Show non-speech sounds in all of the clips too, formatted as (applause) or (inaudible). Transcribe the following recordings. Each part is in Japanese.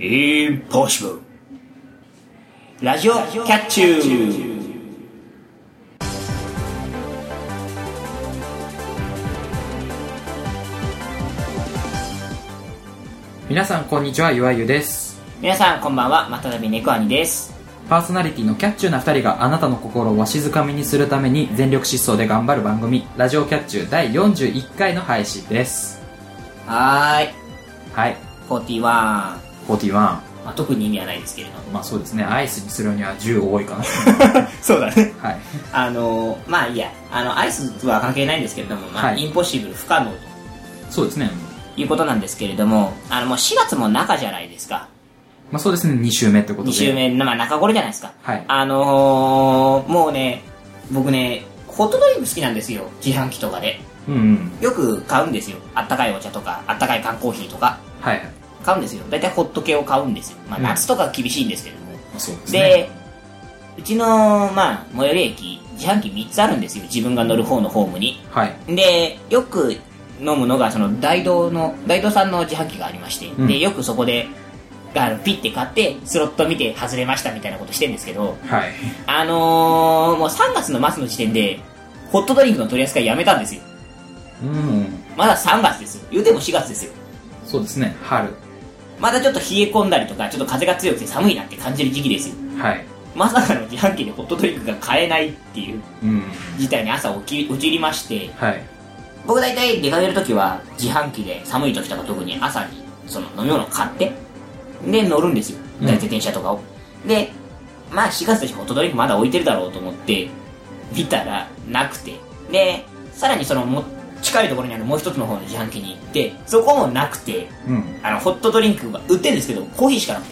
インポッシブルラジオキャッチュー皆さんこんにちはゆわゆです皆さんこんばんはまたたびネコアニですパーソナリティのキャッチューな2人があなたの心をわしづかみにするために全力疾走で頑張る番組「ラジオキャッチュー」第41回の配信ですはーいはい41、ま41まあ、特に意味はないですけれどあそうですねアイスにするには10多 (laughs) いかなそうだねはいあのーまあいいやあのアイスとは関係ないんですけれども、まあはいインポッシブル不可能とそうですねいうことなんですけれどもあのもう4月も中じゃないですかまあそうですね2週目ってこと2で週目、まあ、中頃じゃないですかはいあのー、もうね僕ねホットドリンク好きなんですよ自販機とかでうんうんよく買うんですよあったかいお茶とかあったかい缶コーヒーとかはい買うんですよ大体ホット系を買うんですよ、まあ、うん夏とか厳しいんですけれども、まあそうですでねうちの、まあ、最寄り駅自販機3つあるんですよ自分が乗る方のホームにはいでよく飲むのがその大道の大道さんの自販機がありまして、んでよくそこであのピッて買ってスロット見て外れましたみたいなことしてんですけどはいあのー、もう3月の末の時点で、ホットドリンクの取り扱いやめたんですよ。うんまだ3月ですよ。言うても4月ですよ。そうですね春まだちょっと冷え込んだりとか、ちょっと風が強くて寒いなって感じる時期ですよ。はいまさかの自販機でホットドリンクが買えないっていううん事態に朝起き、陥りまして、はい僕大体出かける時は自販機で寒い時とか特に朝にその飲み物買ってで乗るんですようん大体電車とかを、でまあ4月でしホットドリンクまだ置いてるだろうと思って見たらなくてでさらにそのも近いところにあるもう一つの方の自販機に行ってそこもなくてうんあのホットドリンクが売ってるんですけどコーヒーしかなく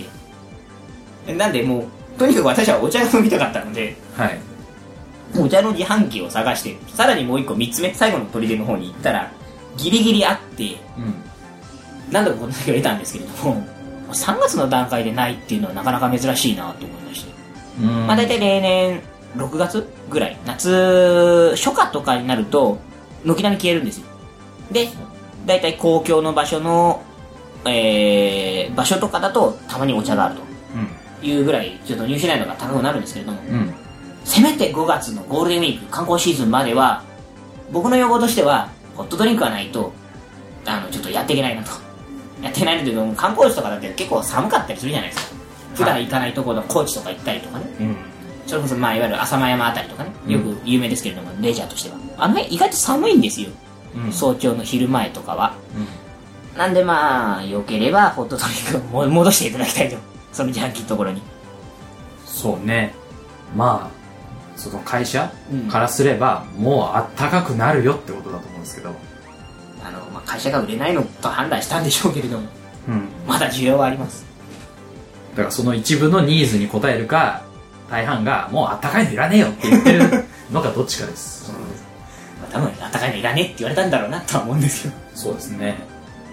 てなんでもうとにかく私はお茶が飲みたかったのではいお茶の自販機を探して、さらにもう一個三つ目、最後の砦の方に行ったら、ギリギリあって、うん何度かこんだけを得たんですけれども、3月の段階でないっていうのはなかなか珍しいなと思いまして。うんまあ大体例年、6月ぐらい、夏、初夏とかになると、軒並み消えるんですよ。で、大体公共の場所の、えー、場所とかだと、たまにお茶があるというぐらい、ちょっと入手難度が高くなるんですけれども、うんうんせめて5月のゴールデンウィーク観光シーズンまでは僕の予防としてはホットドリンクがないとあのちょっとやっていけないなとやっていけないんだけど観光地とかだって結構寒かったりするじゃないですか普段行かないところの高知とか行ったりとかねうんそれこそまあいわゆる浅間山あたりとかねうんよく有名ですけれども、レジャーとしてはあの辺意外と寒いんですようん早朝の昼前とかはうんなんでまあよければホットドリンクをも戻していただきたいとその自販機のところにそうねまあその会社うんからすれば、もうあったかくなるよってことだと思うんですけどあの、まあ、会社が売れないのと判断したんでしょうけれどもうんまだ需要はありますだからその一部のニーズに応えるか大半がもうあったかいのいらねえよって言ってるのがどっちかですまあ多分あったかいのいらねえって言われたんだろうなとは思うんですよそうですね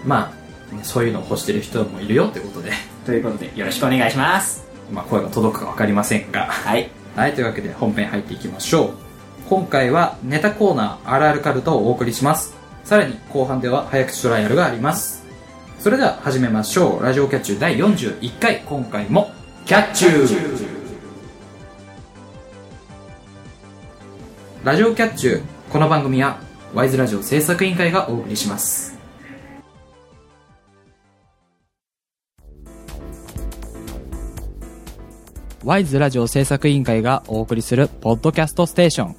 まあねそういうのを欲してる人もいるよってことで、ということでよろしくお願いしますまあ、声が届くか分かりませんがはいはい、というわけで本編入っていきましょう。今回はネタコーナーあるあるカルタをお送りします。さらに後半では早口トライアルがあります。それでは始めましょう。ラジオキャッチュー第41回、今回もキャッチューラジオキャッチュー。この番組はワイズラジオ制作委員会がお送りします。ワイズラジオ制作委員会がお送りするポッドキャストステーション。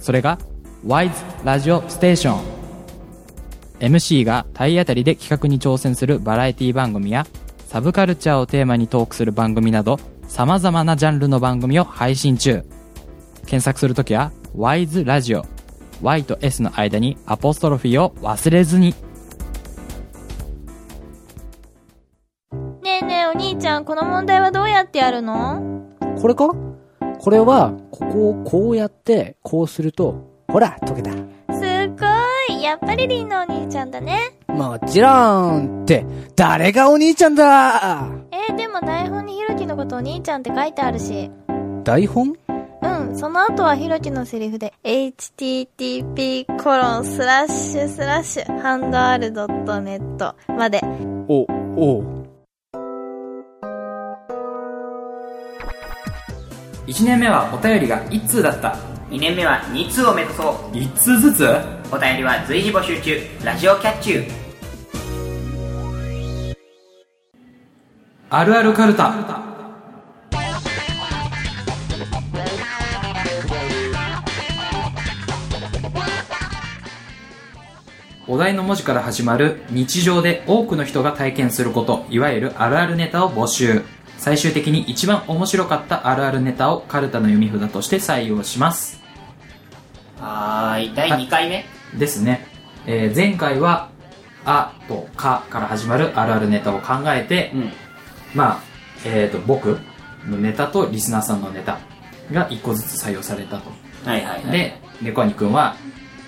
それが、ワイズラジオステーション。MC が体当たりで企画に挑戦するバラエティ番組や、サブカルチャーをテーマにトークする番組など、様々なジャンルの番組を配信中。検索するときは、ワイズラジオ。Y と S の間にアポストロフィーを忘れずに。ねえねえお兄ちゃん、この問題はどうやってやるのこれかこれは、ここをこうやって、こうすると、ほら、解けた。すっごいやっぱりりんのお兄ちゃんだねもちろんって、誰がお兄ちゃんだえー、でも台本にひろきのことお兄ちゃんって書いてあるし。台本うん、その後はひろきのセリフで、http コロンスラッシュスラッシュハンドアルドットネットまで。お、おう1年目はお便りが1通だった2年目は2通を目指そう1通ずつお便りは随時募集中ラジオキャッチューあるあるカルタお題の文字から始まる日常で多くの人が体験することいわゆるあるあるネタを募集最終的に一番面白かったあるあるネタをカルタの読み札として採用しますはーい第2回目ですね、えー前回は「あ」と「か」から始まるあるあるネタを考えて、んまあ、えー、と僕のネタとリスナーさんのネタが1個ずつ採用されたとはいはいはいで猫兄君は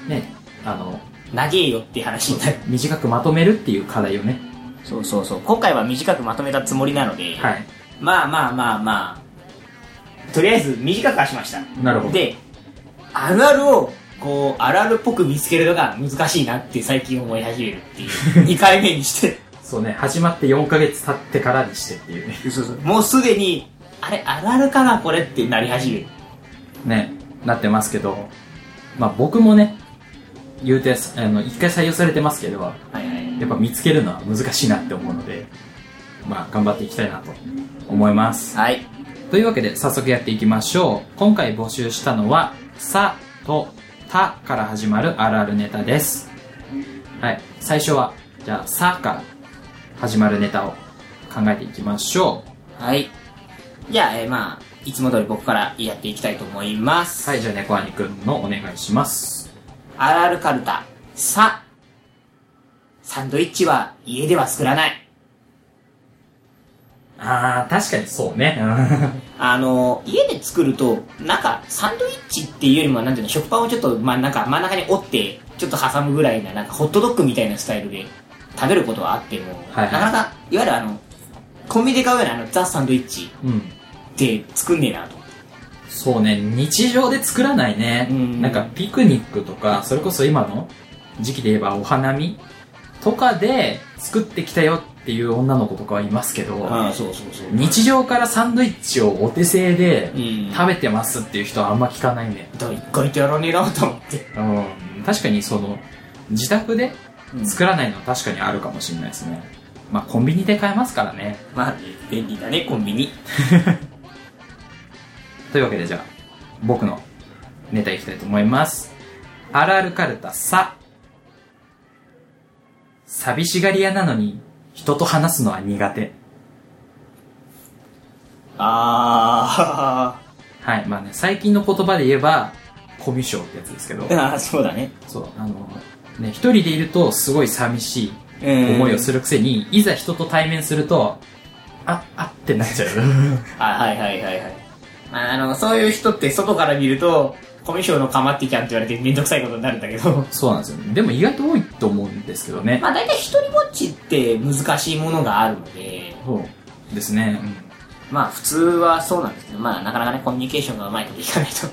ねあの (laughs) 長えよっていう話になる短くまとめるっていう課題をねそうそうそう今回は短くまとめたつもりなので、はいまあまあまあまあとりあえず短くはしましたなるほどであるあるをこうあるあるっぽく見つけるのが難しいなって最近思い始めるっていう (laughs) 2回目にしてそうね始まって4ヶ月経ってからにしてっていうねもうすでにあれあるあるかなこれってなり始める (laughs) ねなってますけどまあ僕もね言うてあの1回採用されてますけどはいはいやっぱ見つけるのは難しいなって思うので、まあ頑張っていきたいなと思います。はいというわけで早速やっていきましょう。今回募集したのは、さとたから始まるあるあるネタです。はい。最初は、じゃあさから始まるネタを考えていきましょはい。じゃあ、えーまあ、いつも通り僕からやっていきたいと思いまう。す。はい、じゃあ猫兄くんのお願いします。あるあるカルタ、さ。サンドイッチは家では作らない。あー、確かにそうね。 (laughs) あの、家で作ると、なんか、サンドイッチっていうよりも、なんていうの、食パンをちょっと、まあ、なんか真ん中に折って、ちょっと挟むぐらいな、なんかホットドッグみたいなスタイルで食べることはあっても、はいはいなかなか、いわゆるあの、コンビニで買うようなあの、ザ・サンドイッチうん。って作んねえなと。そうね、日常で作らないね。うんなんかピクニックとか、それこそ今の時期で言えばお花見とかで作ってきたよっていう女の子とかはいますけど、ああ、そうそうそう。日常からサンドイッチをお手製でうん。食べてますっていう人はあんま聞かないね。だから一回とやらねえなと思って。うん、確かにその、自宅で作らないのは確かにあるかもしれないですね。まあコンビニで買えますからね。まあ、便利だね、コンビニ。というわけでじゃあ僕のネタいきたいと思いますあるあるカルタさ寂しがり屋なのに人と話すのは苦手あはいまあね最近の言葉で言えばコミュ障ってやつですけど (laughs) ー。あー、そうだね。そうあのね一人でいるとすごい寂しい思いをする。るくせにいざ人と対面するとああってなっ (laughs) ちゃうあ、はいはいはいはい。あの、そういう人って外から見ると、コミュ障のかまってちゃんって言われてめんどくさいことになるんだけど。そうなんですよねでも意外と多いと思うんですけどねまあ大体一人ぼっちって難しいものがあるので、そうですね、うんまあ普通はそうなんですけど、まあなかなかね、コミュニケーションがうまいこといかないと。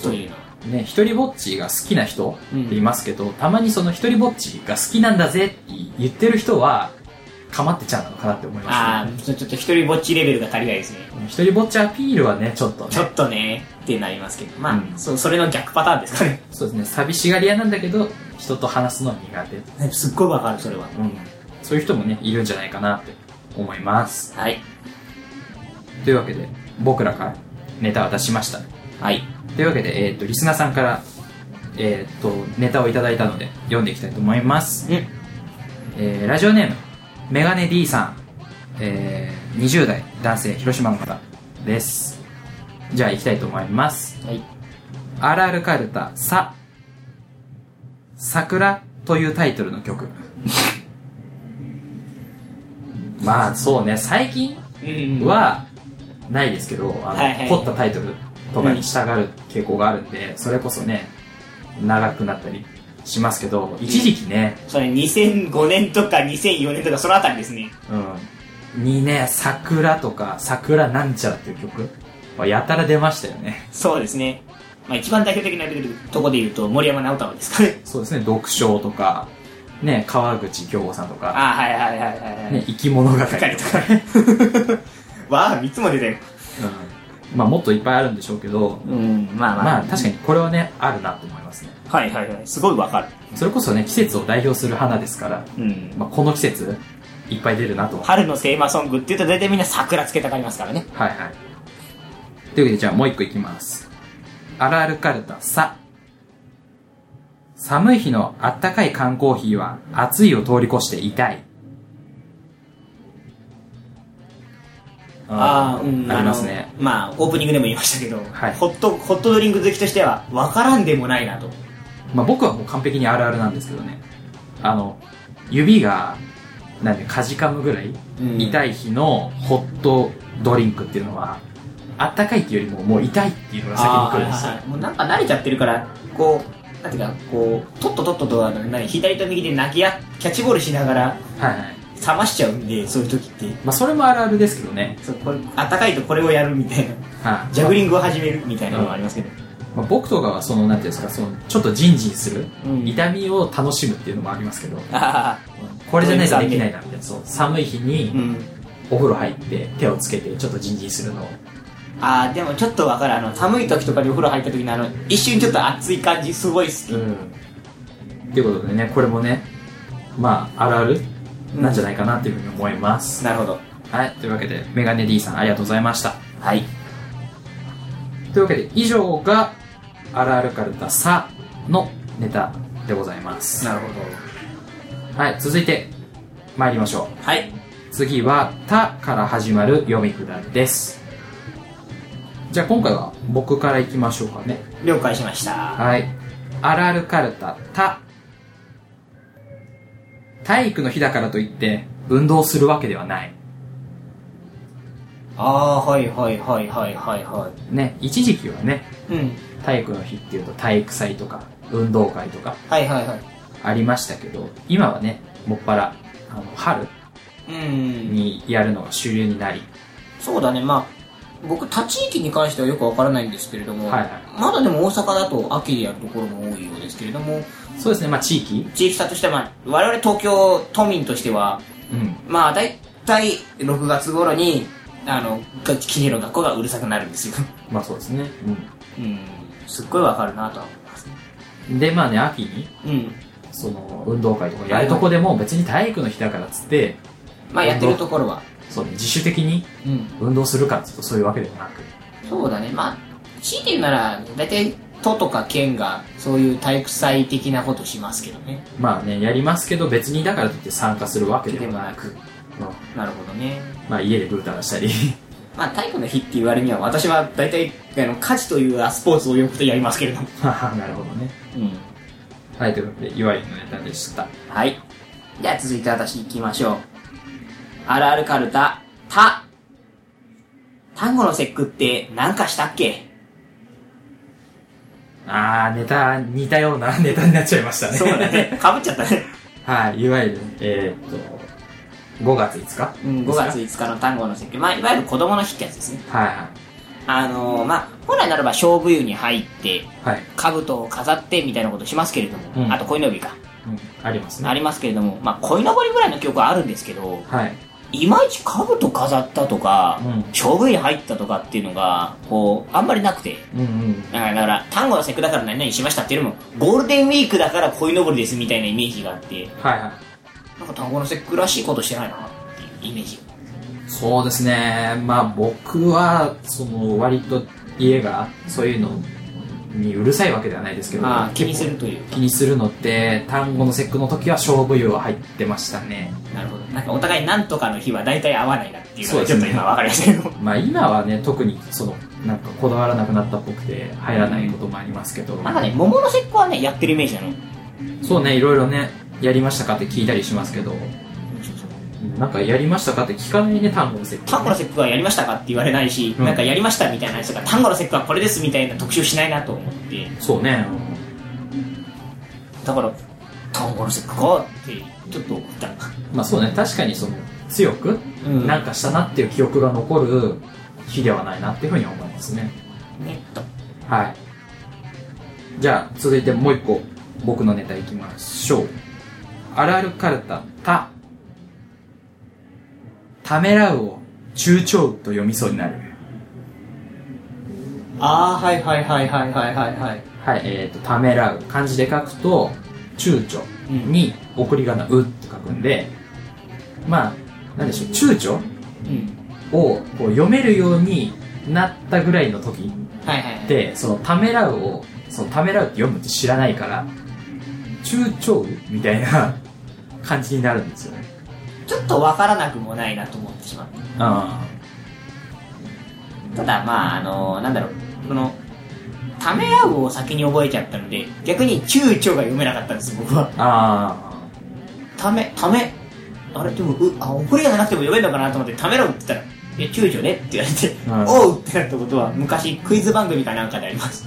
そういうのは。ね、一人ぼっちが好きな人っていますけど、たまにその一人ぼっちが好きなんだぜって言ってる人は、かまってちゃうなのかなって思いまあす、ね。あ、ちょちょっと一人ぼっちレベルが足りないですね。一人ぼっちアピールはね、ちょっとねちょ、っとね、ってなりますけど、まあ、うんそうそれの逆パターンですかね。そうですね、寂しがり屋なんだけど、人と話すのは苦 (laughs) 手。すっごいわかる、それは。うん。そういう人もね、いるんじゃないかなって思います。はい。というわけで、僕らからネタを出しました。はい。というわけで、えっ、と、リスナーさんから、えっ、と、ネタをいただいたので、読んでいきたいと思います。うん。えーラジオネームメガネ D さん、えー20代男性広島の方ですじゃあ行きたいと思いますはい。あるあるカルタ「さ」「桜」というタイトルの曲 (laughs) まあそうね最近うんはないですけど、あのはいはい凝ったタイトルとかに従う傾向があるんで、それこそね長くなったりしますけど一時期ね、それ2005年とか2004年とかそのあたりですね。うん、にね「桜」とか「桜なんちゃら」っていう曲はやたら出ましたよねそうですね。まあ一番代表的なとこで言うと森山直太朗ですかね。そうですね読書とかね川口京子さんとか、ああ、はいはいはいはいはね、い。生き物語と (laughs) か、かりとか。わあ、3つも出たよ。うまあもっといっぱいあるんでしょうけど、うん、まあまあ。まあ確かにこれはね、あるなと思いますね。はいはいはい。すごいわかる。それこそね、季節を代表する花ですから、うん。まあ、この季節、いっぱい出るなと。はい春のテーマソングって言うと大体みんな桜つけたがりますからね。はい。というわけで、じゃあもう一個いきます。アラルカルタ、さ。寒い日のあったかい缶コーヒーは、暑いを通り越して痛い。ああ、うん。ありますね。あの。まあ、オープニングでも言いましたけど、はいホット、ホットドリンク好きとしては、わからんでもないなと。まあ、僕はもう完璧にあるあるなんですけどねあの指がなんでかじかむぐらいうん痛い日のホットドリンクっていうのはあったかいっていうよりももう痛いっていうのが先に来るんですよあーはいはいはいもうなんか慣れちゃってるから、こう、なんていうか、こう、とっととっとと、あの何左と右で泣きあ、キャッチボールしながら、はいはい冷ましちゃうんで、そういう時って。まあそれもあるあるですけどね、そうこれあったかいとこれをやるみたいな。はいジャグリングを始めるみたいなのもありますけど。まあ、僕とかはそのなんていうんですかそのちょっとジンジンする、うん痛みを楽しむっていうのもありますけどあこれじゃないとできないなみたいなそう寒い日あ、にん。お風呂入って手をつけてちょっとジンジンするのをああ、でもちょっとわかる。あの、寒い時とかにお風呂入った時のあの、一瞬ちょっと熱い感じ、すごい好き。うん。ということでね、これもね、まあ、あるあるなんじゃないかなというふうに思います。なるほど。はい。というわけで、メガネ D さんありがとうございました。はい。というわけで、以上が、あるあるカルタさのネタでございます。なるほど。はい。続いて、参りましょう。はい。次は、たから始まる読み札です。じゃあ今回は僕からいきましょうかね。了解しました。はい。あるあるカルタ、た。体育の日だからといって、運動するわけではない。ああ、はいはいはいはいはいはね、一時期はね、い。うん。体育の日っていうと体育祭とか、運動会とかはいはいはい。ありましたけど、今はね、もっぱら、あの、春うん。にやるのが主流になり、そうだね、まあ、僕、他地域に関してはよくわからないんですけれども、はいはいまだでも大阪だと秋でやるところも多いようですけれども、そうですね、まあ地域、地域差としては、まあ、我々東京都民としては、うん、まあ、だいたい6月頃に、あの、が近所の学校がうるさくなるんですよ。まあそうですね。うん。すっごいわかるなとは思います。うん。で、まあね、秋に、うん。その、運動会とかやるとこでも別に体育の日だからっつって、まあ、やってるところは。そうね、自主的にうん。運動するかっていうとそういうわけでもなく、そうだね。まあ、強いて言うなら、だいたい都とか県が、そういう体育祭的なことしますけどね。まあね、やりますけど別にだからといって参加するわけででももななく。く、うんなるほどね。まあ家でぐうたらし (laughs) たり、まあ、体育の日って言われには、私はだいたい、あの、家事というスポーツをよくてやりますけれども。なるほどね。うん。はい、ということで、岩井のネタでした。はい。じゃあ続いて私行きましょう。あるあるカルタ、た。単語の節句って何かしたっけあー、ネタ、似たような (laughs) ネタになっちゃいましたね。そうだ。 (laughs) ね。かぶっちゃったね。 (laughs) はい、いわゆる、えー、っと、5月5日うん、5月5日の単語の節句。まあ、いわゆる子供の日ってやつですね。はいはあのー、まあ、本来ならば勝負湯に入って、い。はい。兜を飾ってみたいなことしますけれども、うんあと鯉のぼりか。うん、ありますね。ありますけれども、まあ、鯉のぼりぐらいの記憶はあるんですけど、はい。いまいち兜飾ったとか、うん勝負湯に入ったとかっていうのが、こう、あんまりなくて。うんうん。だから、だから単語の節句だから何々しましたっていうよりも、ゴールデンウィークだから鯉のぼりですみたいなイメージがあって、はいはい。なんか単語の節句らしいことしてないなっていうイメージ。そうですね、まあ僕は、その、割と家が、そういうのにうるさいわけではないですけど、まあ、気にするという気にするのって単語の節句の時は勝負湯は入ってましたねなるほど。なんかお互い何とかの日は大体合わないなっていうのがちそょうっですとね今わかりましたけど。まあ今はね特にそのなんかこだわらなくなったっぽくて入らないこともありますけど、なんかね、桃の節句はね、やってるイメージなの。そうねいろいろねやりましたかって聞いたりしますけどなんかやりましたかって聞かないね単語の節句単語の節句はやりましたかって言われないし、うんなんかやりましたみたいな話とか、単語の節句はこれですみたいな特集しないなと思って、そうねだから、単語の節句かって、ちょっと思った。まあそうね確かにその強くうんなんかしたなっていう記憶が残る日ではないなっていうふうに思いますねね、と。はいじゃあ続いてもう一個僕のネタいきましょうあるあるカルタたためらうを中長と読みそうになるああ、はいはいはいはいはいはいはい。はい、えっ、と、ためらう。漢字で書くと、躊躇に送り仮名うって書くんで、まあ、なんでしょう、躊躇うん。をこう読めるようになったぐらいの時はいはい。で、そのためらうを、そのためらうって読むって知らないから、躊躇うみたいな (laughs) 感じになるんですよね。ちょっとわからなくもないなと思ってしまった。あただ、まあ、あの、なんだろう、この、ためらうを先に覚えちゃったので、逆に躊躇が読めなかったんです、僕は。あ。あため、ため、あれ、でも、う、あ、怒りがなくても読めるのかなと思って、ためらうって言ったら、いや、躊躇ねって言われて、うんおうってなったことは、昔、クイズ番組かなんかであります。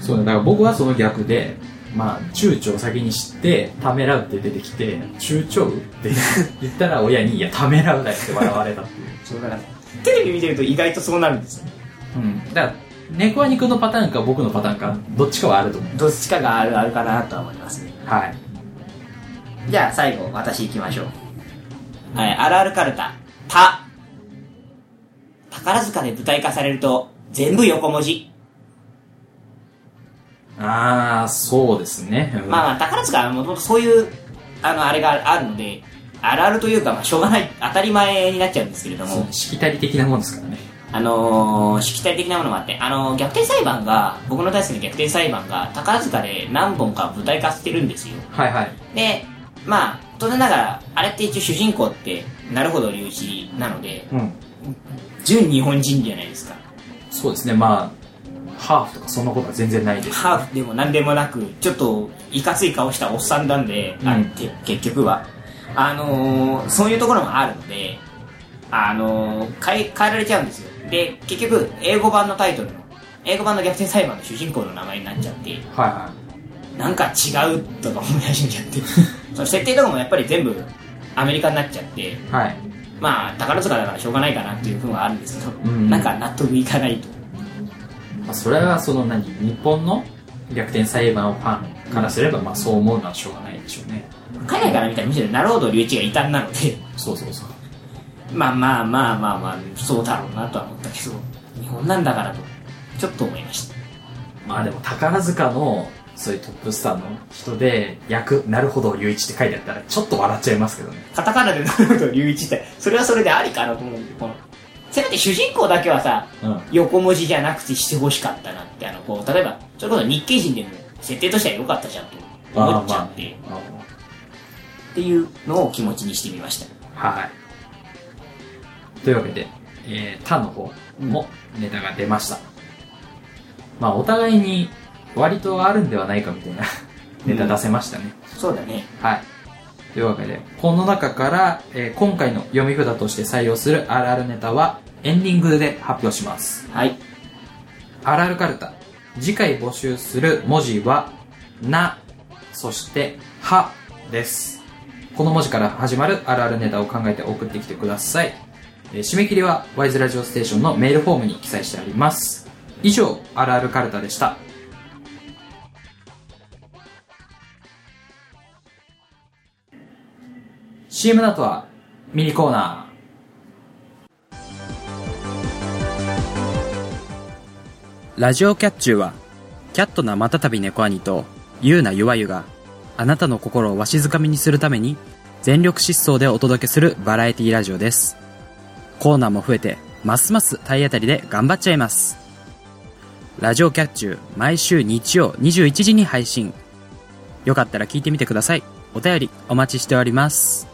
あ。そうだ、だから僕はその逆で、まあ、躊躇を先に知って、ためらうって出てきて、躊躇うって (laughs) 言ったら親に、いや、ためらうだよって笑われたっていう。そうだから、テレビ見てると意外とそうなるんですよ。 (laughs) うん。だから、猫は肉のパターンか僕のパターンか、どっちかはあると思う。どっちかがある、あるかなとは思いますね。はい。じゃあ、最後、私行きましょう。はい、あるあるカルタ、た。宝塚で舞台化されると、全部横文字。ああ、そうですね。うんまあまあ、宝塚はもともとそういう、あの、あれがあるので、あるあるというか、まあ、しょうがない、当たり前になっちゃうんですけれどそもう、しきたり的なもんですからね。あのー、しきたり的なものもあって、あのー逆転裁判が、僕の大好きな逆転裁判が、宝塚で何本か舞台化してるんですよ。はいはい。で、まあ、当然ながら、あれって一応主人公って、なるほど隆一なので、うん。純日本人じゃないですか。そうですね、まあ、ハーフとかそんなことは全然ないです。ハーフでも何でもなく、ちょっといかつい顔したおっさんなんで、あうんて結局は。あのーそういうところもあるので、あのー変え、変えられちゃうんですよ。で、結局、英語版のタイトルの、英語版の逆転裁判の主人公の名前になっちゃって、はいはなんか違うとか思い始めちゃ (laughs) って、その設定とかもやっぱり全部アメリカになっちゃって、い。はい。まあ、宝塚だからしょうがないかなっていう分はあるんですけど、うんなんか納得いかないと。まあ、それはその何、日本の逆転裁判をファンからすれば、まあそう思うのはしょうがないでしょうね。海外から見たらむしろ、なるほど隆一が異端なので、そうそうそう。まあまあまあまあまあ、そうだろうなとは思ったけど、日本なんだからと、ちょっと思いました。まあでも宝塚の、そういうトップスターの人で、役、なるほど、ゆういちって書いてあったら、ちょっと笑っちゃいますけどね。カタカナでなるほど隆一って、それはそれでありかなと思うんで、この、せめて主人公だけはさ、うん。横文字じゃなくてしてほしかったなって、あの、こう、例えば、それこそ日系人でも、設定としては良かったじゃんと思っちゃって、っていうのを気持ちにしてみました。はい。というわけで、えー、他の方もネタが出ました。まあ、お互いに割とあるんではないかみたいなネタ出せましたね。そうだね。はい。というわけで、この中から、えー今回の読み札として採用するあるあるネタは、エンディングで発表します。はい。あるあるカルタ。次回募集する文字は、な、そして、は、です。この文字から始まるあるあるネタを考えて送ってきてください。えー締め切りは、ワイズラジオステーションのメールフォームに記載してあります。以上、あるあるカルタでした。CM の後は、ミニコーナー。ラジオキャッチューは、キャットなまたたび猫兄と、ゆうなゆわゆが、あなたの心をわしづかみにするために、全力疾走でお届けするバラエティラジオです。コーナーも増えて、ますます体当たりで頑張っちゃいます。ラジオキャッチュー、毎週日曜21時に配信。よかったら聞いてみてください。お便りお待ちしております。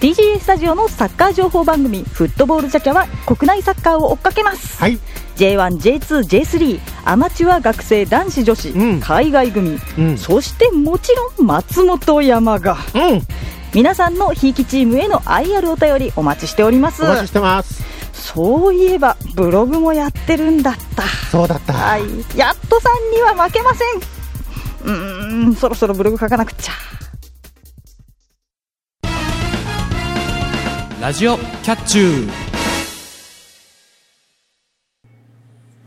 TGA スタジオのサッカー情報番組「フットボールジャキャ」は国内サッカーを追っかけます、はい J1J2J3 アマチュア学生男子女子、うん海外組、うんそしてもちろん松本山がうん皆さんのひいきチームへの IR お便りお待ちしておりますお待ちしてますそういえばブログもやってるんだったそうだった、はい、やっとさんには負けませんうーんそろそろブログ書かなくちゃラジオキャッチュー。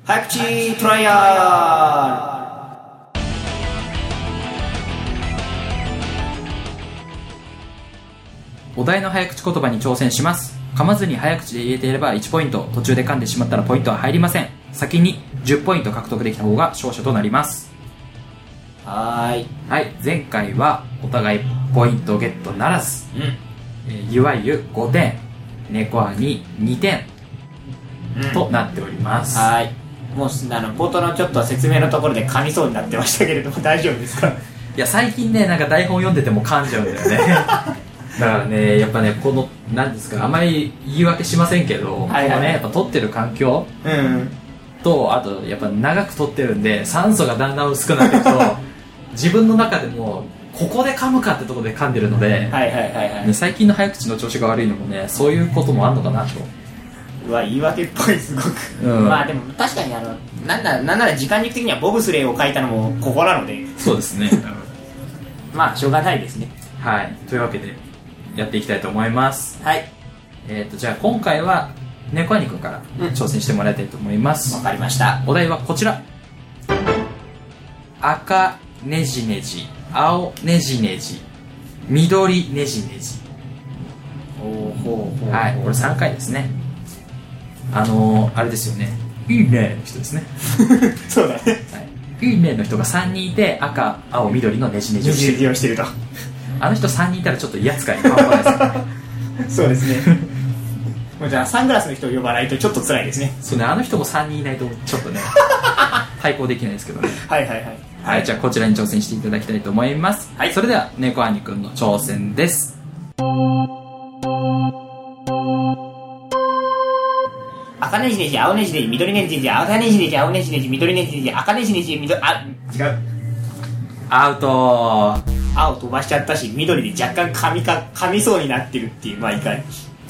早口トライアお題の早口言葉に挑戦します。噛まずに早口で言えていれば1ポイント途中で噛んでしまったらポイントは入りません先に10ポイント獲得できた方が勝者となりますはーい。はい前回はお互いポイントゲットならず、えーいわゆる5点猫アに2点うんとなっております、はーい。もう、あの、冒頭のちょっと説明のところで噛みそうになってましたけれども、大丈夫ですかいや最近ねなんか台本読んでても噛んじゃうんだ (laughs) よねだからねやっぱねこのなんですかあまり言い訳しませんけど、はいはいこのねやっぱ撮ってる環境うん。とあとやっぱ長く撮ってるんで酸素がだんだん薄くなっていく (laughs) と自分の中でもここで噛むかってところで噛んでるのはで、いはいはいはねい。最近の早口の調子が悪いのもねそういうこともあんのかなとうわ、言い訳っぽい、すごく。うんまあでも、確かにあの、なんなら、なんなら時間軸的にはボブスレーを書いたのもここなので、そうですねまあ、しょうがないですね。 (laughs) はいというわけでやっていきたいと思いますはい。えー、とじゃあ今回は猫兄くんからうん挑戦してもらいたいと思いますわ、かりました。お題はこちら赤ねじねじ青ねじねじ緑ねじねじほうほうほはいこれ3回ですねあのー、あれですよねいいねの人ですね、そうだ (laughs) ね。はい、いいねの人が3人いて赤青緑のねじねじをして20る秒してると。あの人3人いたらちょっと威圧感が半端ないですよねそうですね。もうじゃあ、サングラスの人を呼ばないとちょっと辛いですね。そうねあの人も3人いないとちょっ (laughs) とね対抗できないですけどねはいはいはい。はい、じゃあこちらに挑戦していただきたいと思います。はい、それでは猫兄くんの挑戦です。赤ネジネジ、青ネジネジ、緑ネジネジ、赤ネジネジ、青ネジネジ、緑ネジネジ、赤ネジネジ、緑、あ、違う。アウト青飛ばしちゃったし、緑で若干噛みか、噛みそうになってるっていう、毎回。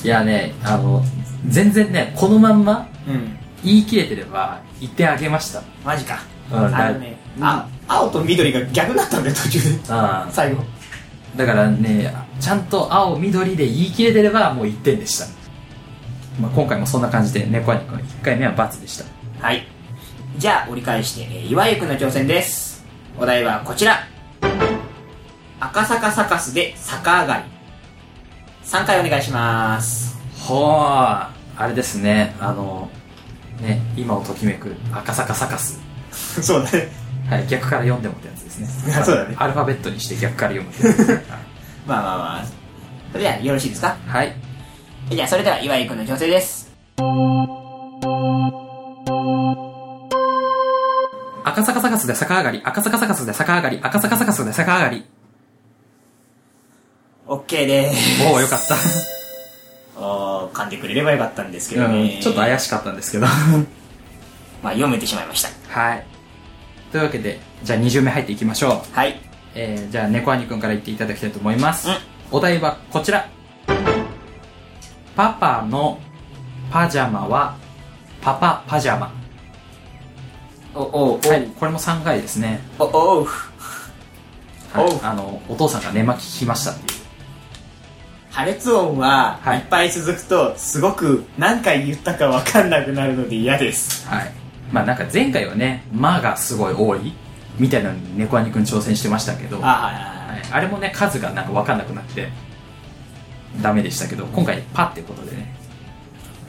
いやね、あの、全然ね、このまんまうん。言い切れてれば1点あげました。マジか。うんあのね、あ、青と緑が逆になったんだよ、途中で。あ最後。あ、だからね、ちゃんと青、緑で言い切れてればもう1点でした。まあ、今回もそんな感じで猫兄くん1回目は×でした。はい。じゃあ、折り返して、えー岩井くんの挑戦です。お題はこちら。赤坂サカスで逆上がり。3回お願いします。ほー、あれですね、あの、ね、今をときめく赤坂サカス。そうだね。。はい、逆から読んでもってやつですね (laughs) そうだねアルファベットにして逆から読むってやつですねまあまあまあ。それでは、よろしいですかはい。じゃあ、それでは岩井くんの挑戦です。赤坂サカスで逆上がり、赤坂サカスで逆上がり、赤坂サカスで逆上がり。 OK でーす。 (laughs) おお、よかった。おー噛んでくれればよかったんですけどね。うん、 (laughs) ちょっと怪しかったんですけど。 (laughs) まあ、読めてしまいました。はい。というわけで、じゃあ2巡目入っていきましょう。はい。えー、じゃあ猫兄くんから言っていただきたいと思います。うんお題はこちら。パパのパジャマはパパパジャマ。お、お、お、はい、これも3回ですね。お、おう、はいおうあの、お父さんが寝巻ききましたっていう。破裂音は、はいいっぱい続くと、すごく何回言ったかわかんなくなるので嫌です。はい。まあなんか前回はね、間がすごい多いみたいなのに猫アニくん挑戦してましたけど、はい、ああれもね、数がなんか分かんなくなって、ダメでしたけど、今回パってことでね、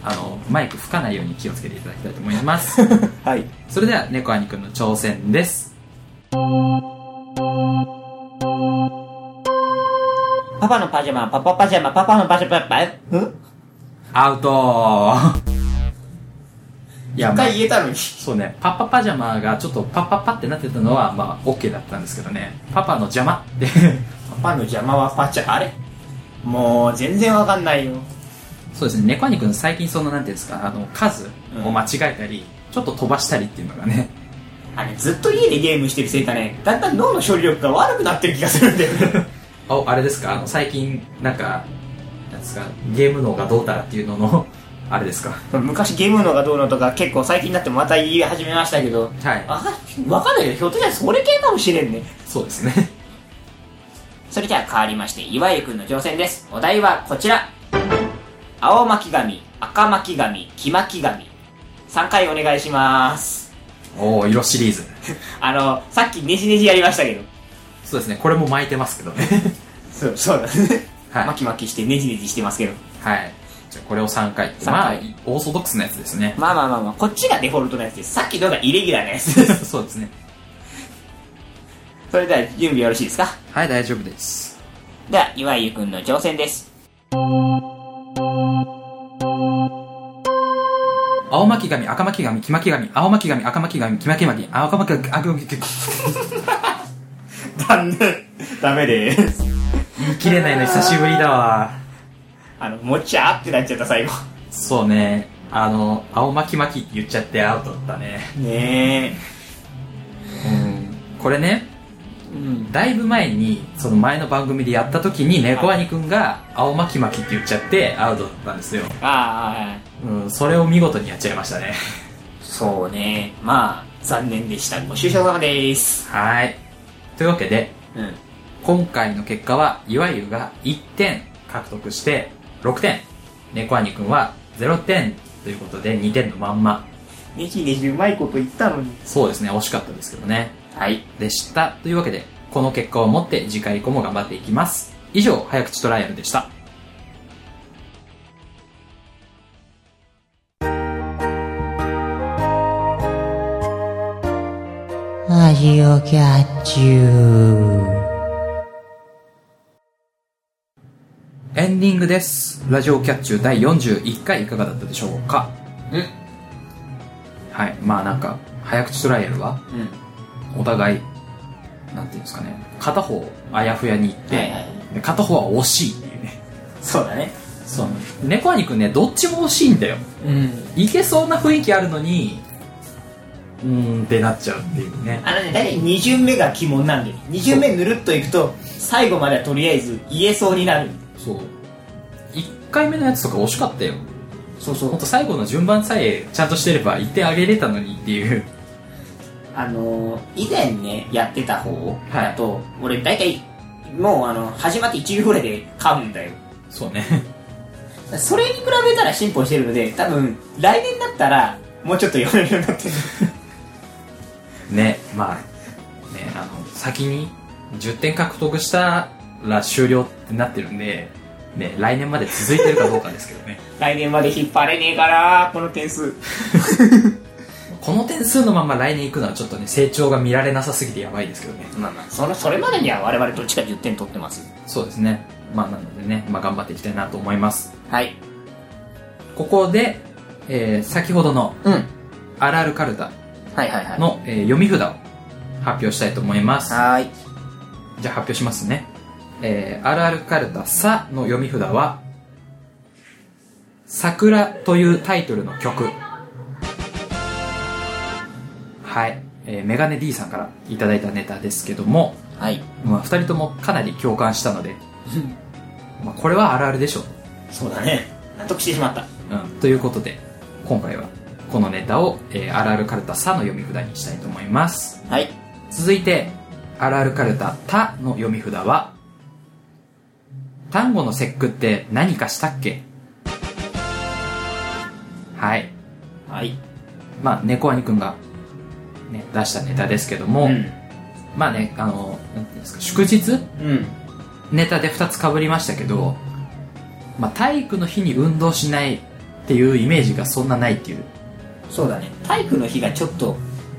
あの、マイク吹かないように気をつけていただきたいと思い (laughs) ます。あ、はい。それでは猫アニくんの挑戦です。パパのパジャマ、パパパジャマ、パパのパジャマ、パパ、んアウトーいや、一まあ回、言えたのに。そうね、パパパジャマがちょっとパッパッパってなってたのは、まあ、OK だったんですけどね、パパの邪魔って、パパの邪魔はパチャ、あれもう、全然わかんないよ。そうですね、猫兄くん最近その、なんていうんですか、あの、数うんを間違えたり、ちょっと飛ばしたりっていうのがね、あれ、ずっと家でゲームしてるせいかね、だんだん脳の処理力が悪くなってる気がするんだよね。あ、あれですか、あの、最近、なんか、なんですか、ゲーム脳がどうたらっていうのの、あれですか。昔ゲームのがどうのとか結構最近になってまた言い始めましたけど、はい。あわかんないよ。ひょっとしたらそれ系かもしれんね。そうですね。それじゃあ変わりまして、岩井くんの挑戦です。お題はこちら。青巻紙、赤巻紙、黄巻紙。3回お願いします。おー、色シリーズ。あの、さっきネジネジやりましたけど。そうですね、これも巻いてますけどね。そう、そうだね。はい巻き巻きしてネジネジしてますけど。はい。じゃあこれを3回って三まあ回オーソドックスなやつですねまあまあまあまあ、こっちがデフォルトのやつです。さっきのがイレギュラーなやつ (laughs) です。そうですねそれでは準備よろしいですかはい大丈夫ですでは、岩井ゆくんの挑戦です。青巻紙赤巻紙黄巻紙青巻紙赤巻紙黄巻紙赤巻紙赤巻紙残念。ダメです。言い切れないの久しぶりだわあの、もちゃーってなっちゃった最後。そうねあの青巻巻って言っちゃってアウトだったねねこれねえ。うん。だいぶ前にその前の番組でやった時に猫アニくんが「青巻巻」って言っちゃってアウトだったんですよ、ああ、うん、それを見事にやっちゃい (laughs) ましたねそうね。まあ、残念でした。ご愁傷様です。はいというわけでうん。今回の結果はいわゆるが1点獲得して6点猫アニくんは0点ということで2点のまんまねじねじうまいこと言ったのに。そうですね惜しかったですけどねはい。でしたというわけでこの結果をもって次回以降も頑張っていきます以上早口トライアルでしたラジオキャッチュー。エンディングです。ラジオキャッチュー第41回いかがだったでしょうかうんはい。まあなんか、早口トライアルは、うん。お互い、なんていうんですかね、片方あやふやに行って、はいはいで片方は惜しいっていうね。そうだね。そう。猫兄くんね、どっちも惜しいんだよ。うん。いけそうな雰囲気あるのに、うーんってなっちゃうっていうね。あのね、大体2巡目が鬼門なんで、2巡目ぬるっといくと、最後まではとりあえず言えそうになる。そう。1回目のやつとか惜しかったよ。そうそほんと最後の順番さえちゃんとしてれば言ってあげれたのにっていう。あのー以前ね、やってた方はいだと、俺大体、もうあの、始まって1秒ぐらいで噛むんだよ。そうね。それに比べたら進歩してるので、多分、来年だったら、もうちょっと読めるようになってる。ねまあねあの先に10点獲得したら終了ってなってるんでね来年まで続いてるかどうかですけどね来年まで引っ張れねえから、この点数。 (laughs) この点数のまま来年行くのはちょっとね成長が見られなさすぎてやばいですけどねまあまあ、その、それまでには我々どっちか10点取ってます。そうですねまあなのでね、まあ、頑張っていきたいなと思いますはい。ここで、えー先ほどのうん。 「あるあるかるたはいはいはい。の、えー読み札を発表したいと思いますはーい。じゃあ発表しますね。えー、あるあるかるたさの読み札は、桜というタイトルの曲。はい。えー、メガネ D さんからいただいたネタですけども、はい。まあ、二人ともかなり共感したので、まあ、これはあるあるでしょう。 (laughs) そうだね。納得してしまった。うん。ということで、今回はこのネタを、えー、あるあるかるたさの読み札にしたいと思います。はい。続いて、あるあるかるたたの読み札は、単語の節句って何かしたっけはい。はい。まあ、猫兄くんが、ね、出したネタですけども、うん。まあね、あの、なんていうんですか、祝日うん。ネタで2つ被りましたけど、まあ、体育の日に運動しないっていうイメージがそんなないっていう。そうだね。体育の日がちょっと、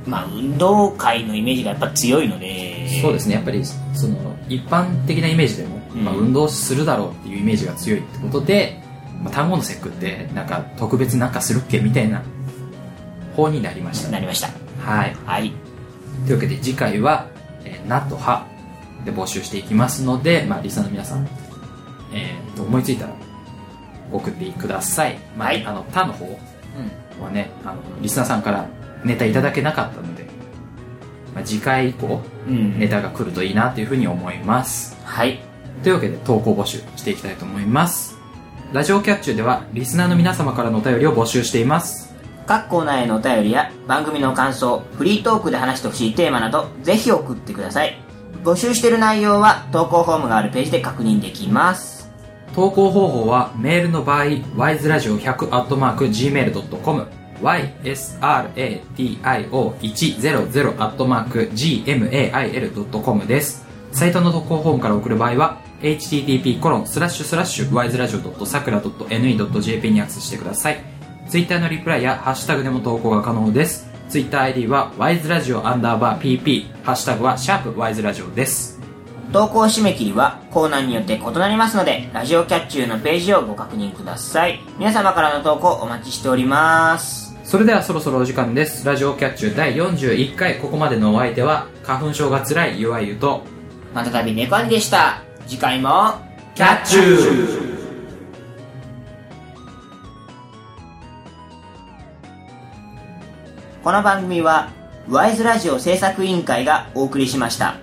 まあ、運動会のイメージがやっぱ強いので。そうですね、やっぱりその一般的なイメージでも、うんまあ、運動するだろうっていうイメージが強いってことで、まあ、単語の節句ってなんか特別なんかするっけみたいな方になりましたなね。りました。はい、はい。というわけで次回は「えーな」と「は」で募集していきますので、まあ、リスナーの皆さん、えーと思いついたら送ってください。まあはいあの「他の方はねあのリスナーさんからネタいただけなかったので、まあ、次回以降うん。うん。ネタが来るといいなというふうに思います。はい。というわけで投稿募集していきたいと思います。ラジオキャッチュではリスナーの皆様からのお便りを募集しています。各コーナーへのお便りや番組の感想、フリートークで話してほしいテーマなど、ぜひ送ってください。募集している内容は投稿フォームがあるページで確認できます。投稿方法はメールの場合、wiseradio100-gmail.com ysradio100-gmail.com です。サイトの投稿フォームから送る場合は、 http コロンスラッシュスラッシュ wiseradio.sakura.ne.jp にアクセスしてください Twitter のリプライやハッシュタグでも投稿が可能です TwitterID は wiseradio アンダーバー pp ハッシュタグはシャープ wiseradio です投稿締め切りはコーナーによって異なりますので、ラジオキャッチューのページをご確認ください。皆様からの投稿お待ちしております。それではそろそろお時間ですラジオキャッチュ第41回ここまでのお相手は花粉症がつらい弱いゆとまたたび猫兄でした。次回も、キャッチューューこの番組は、ワイズラジオ制作委員会がお送りしました。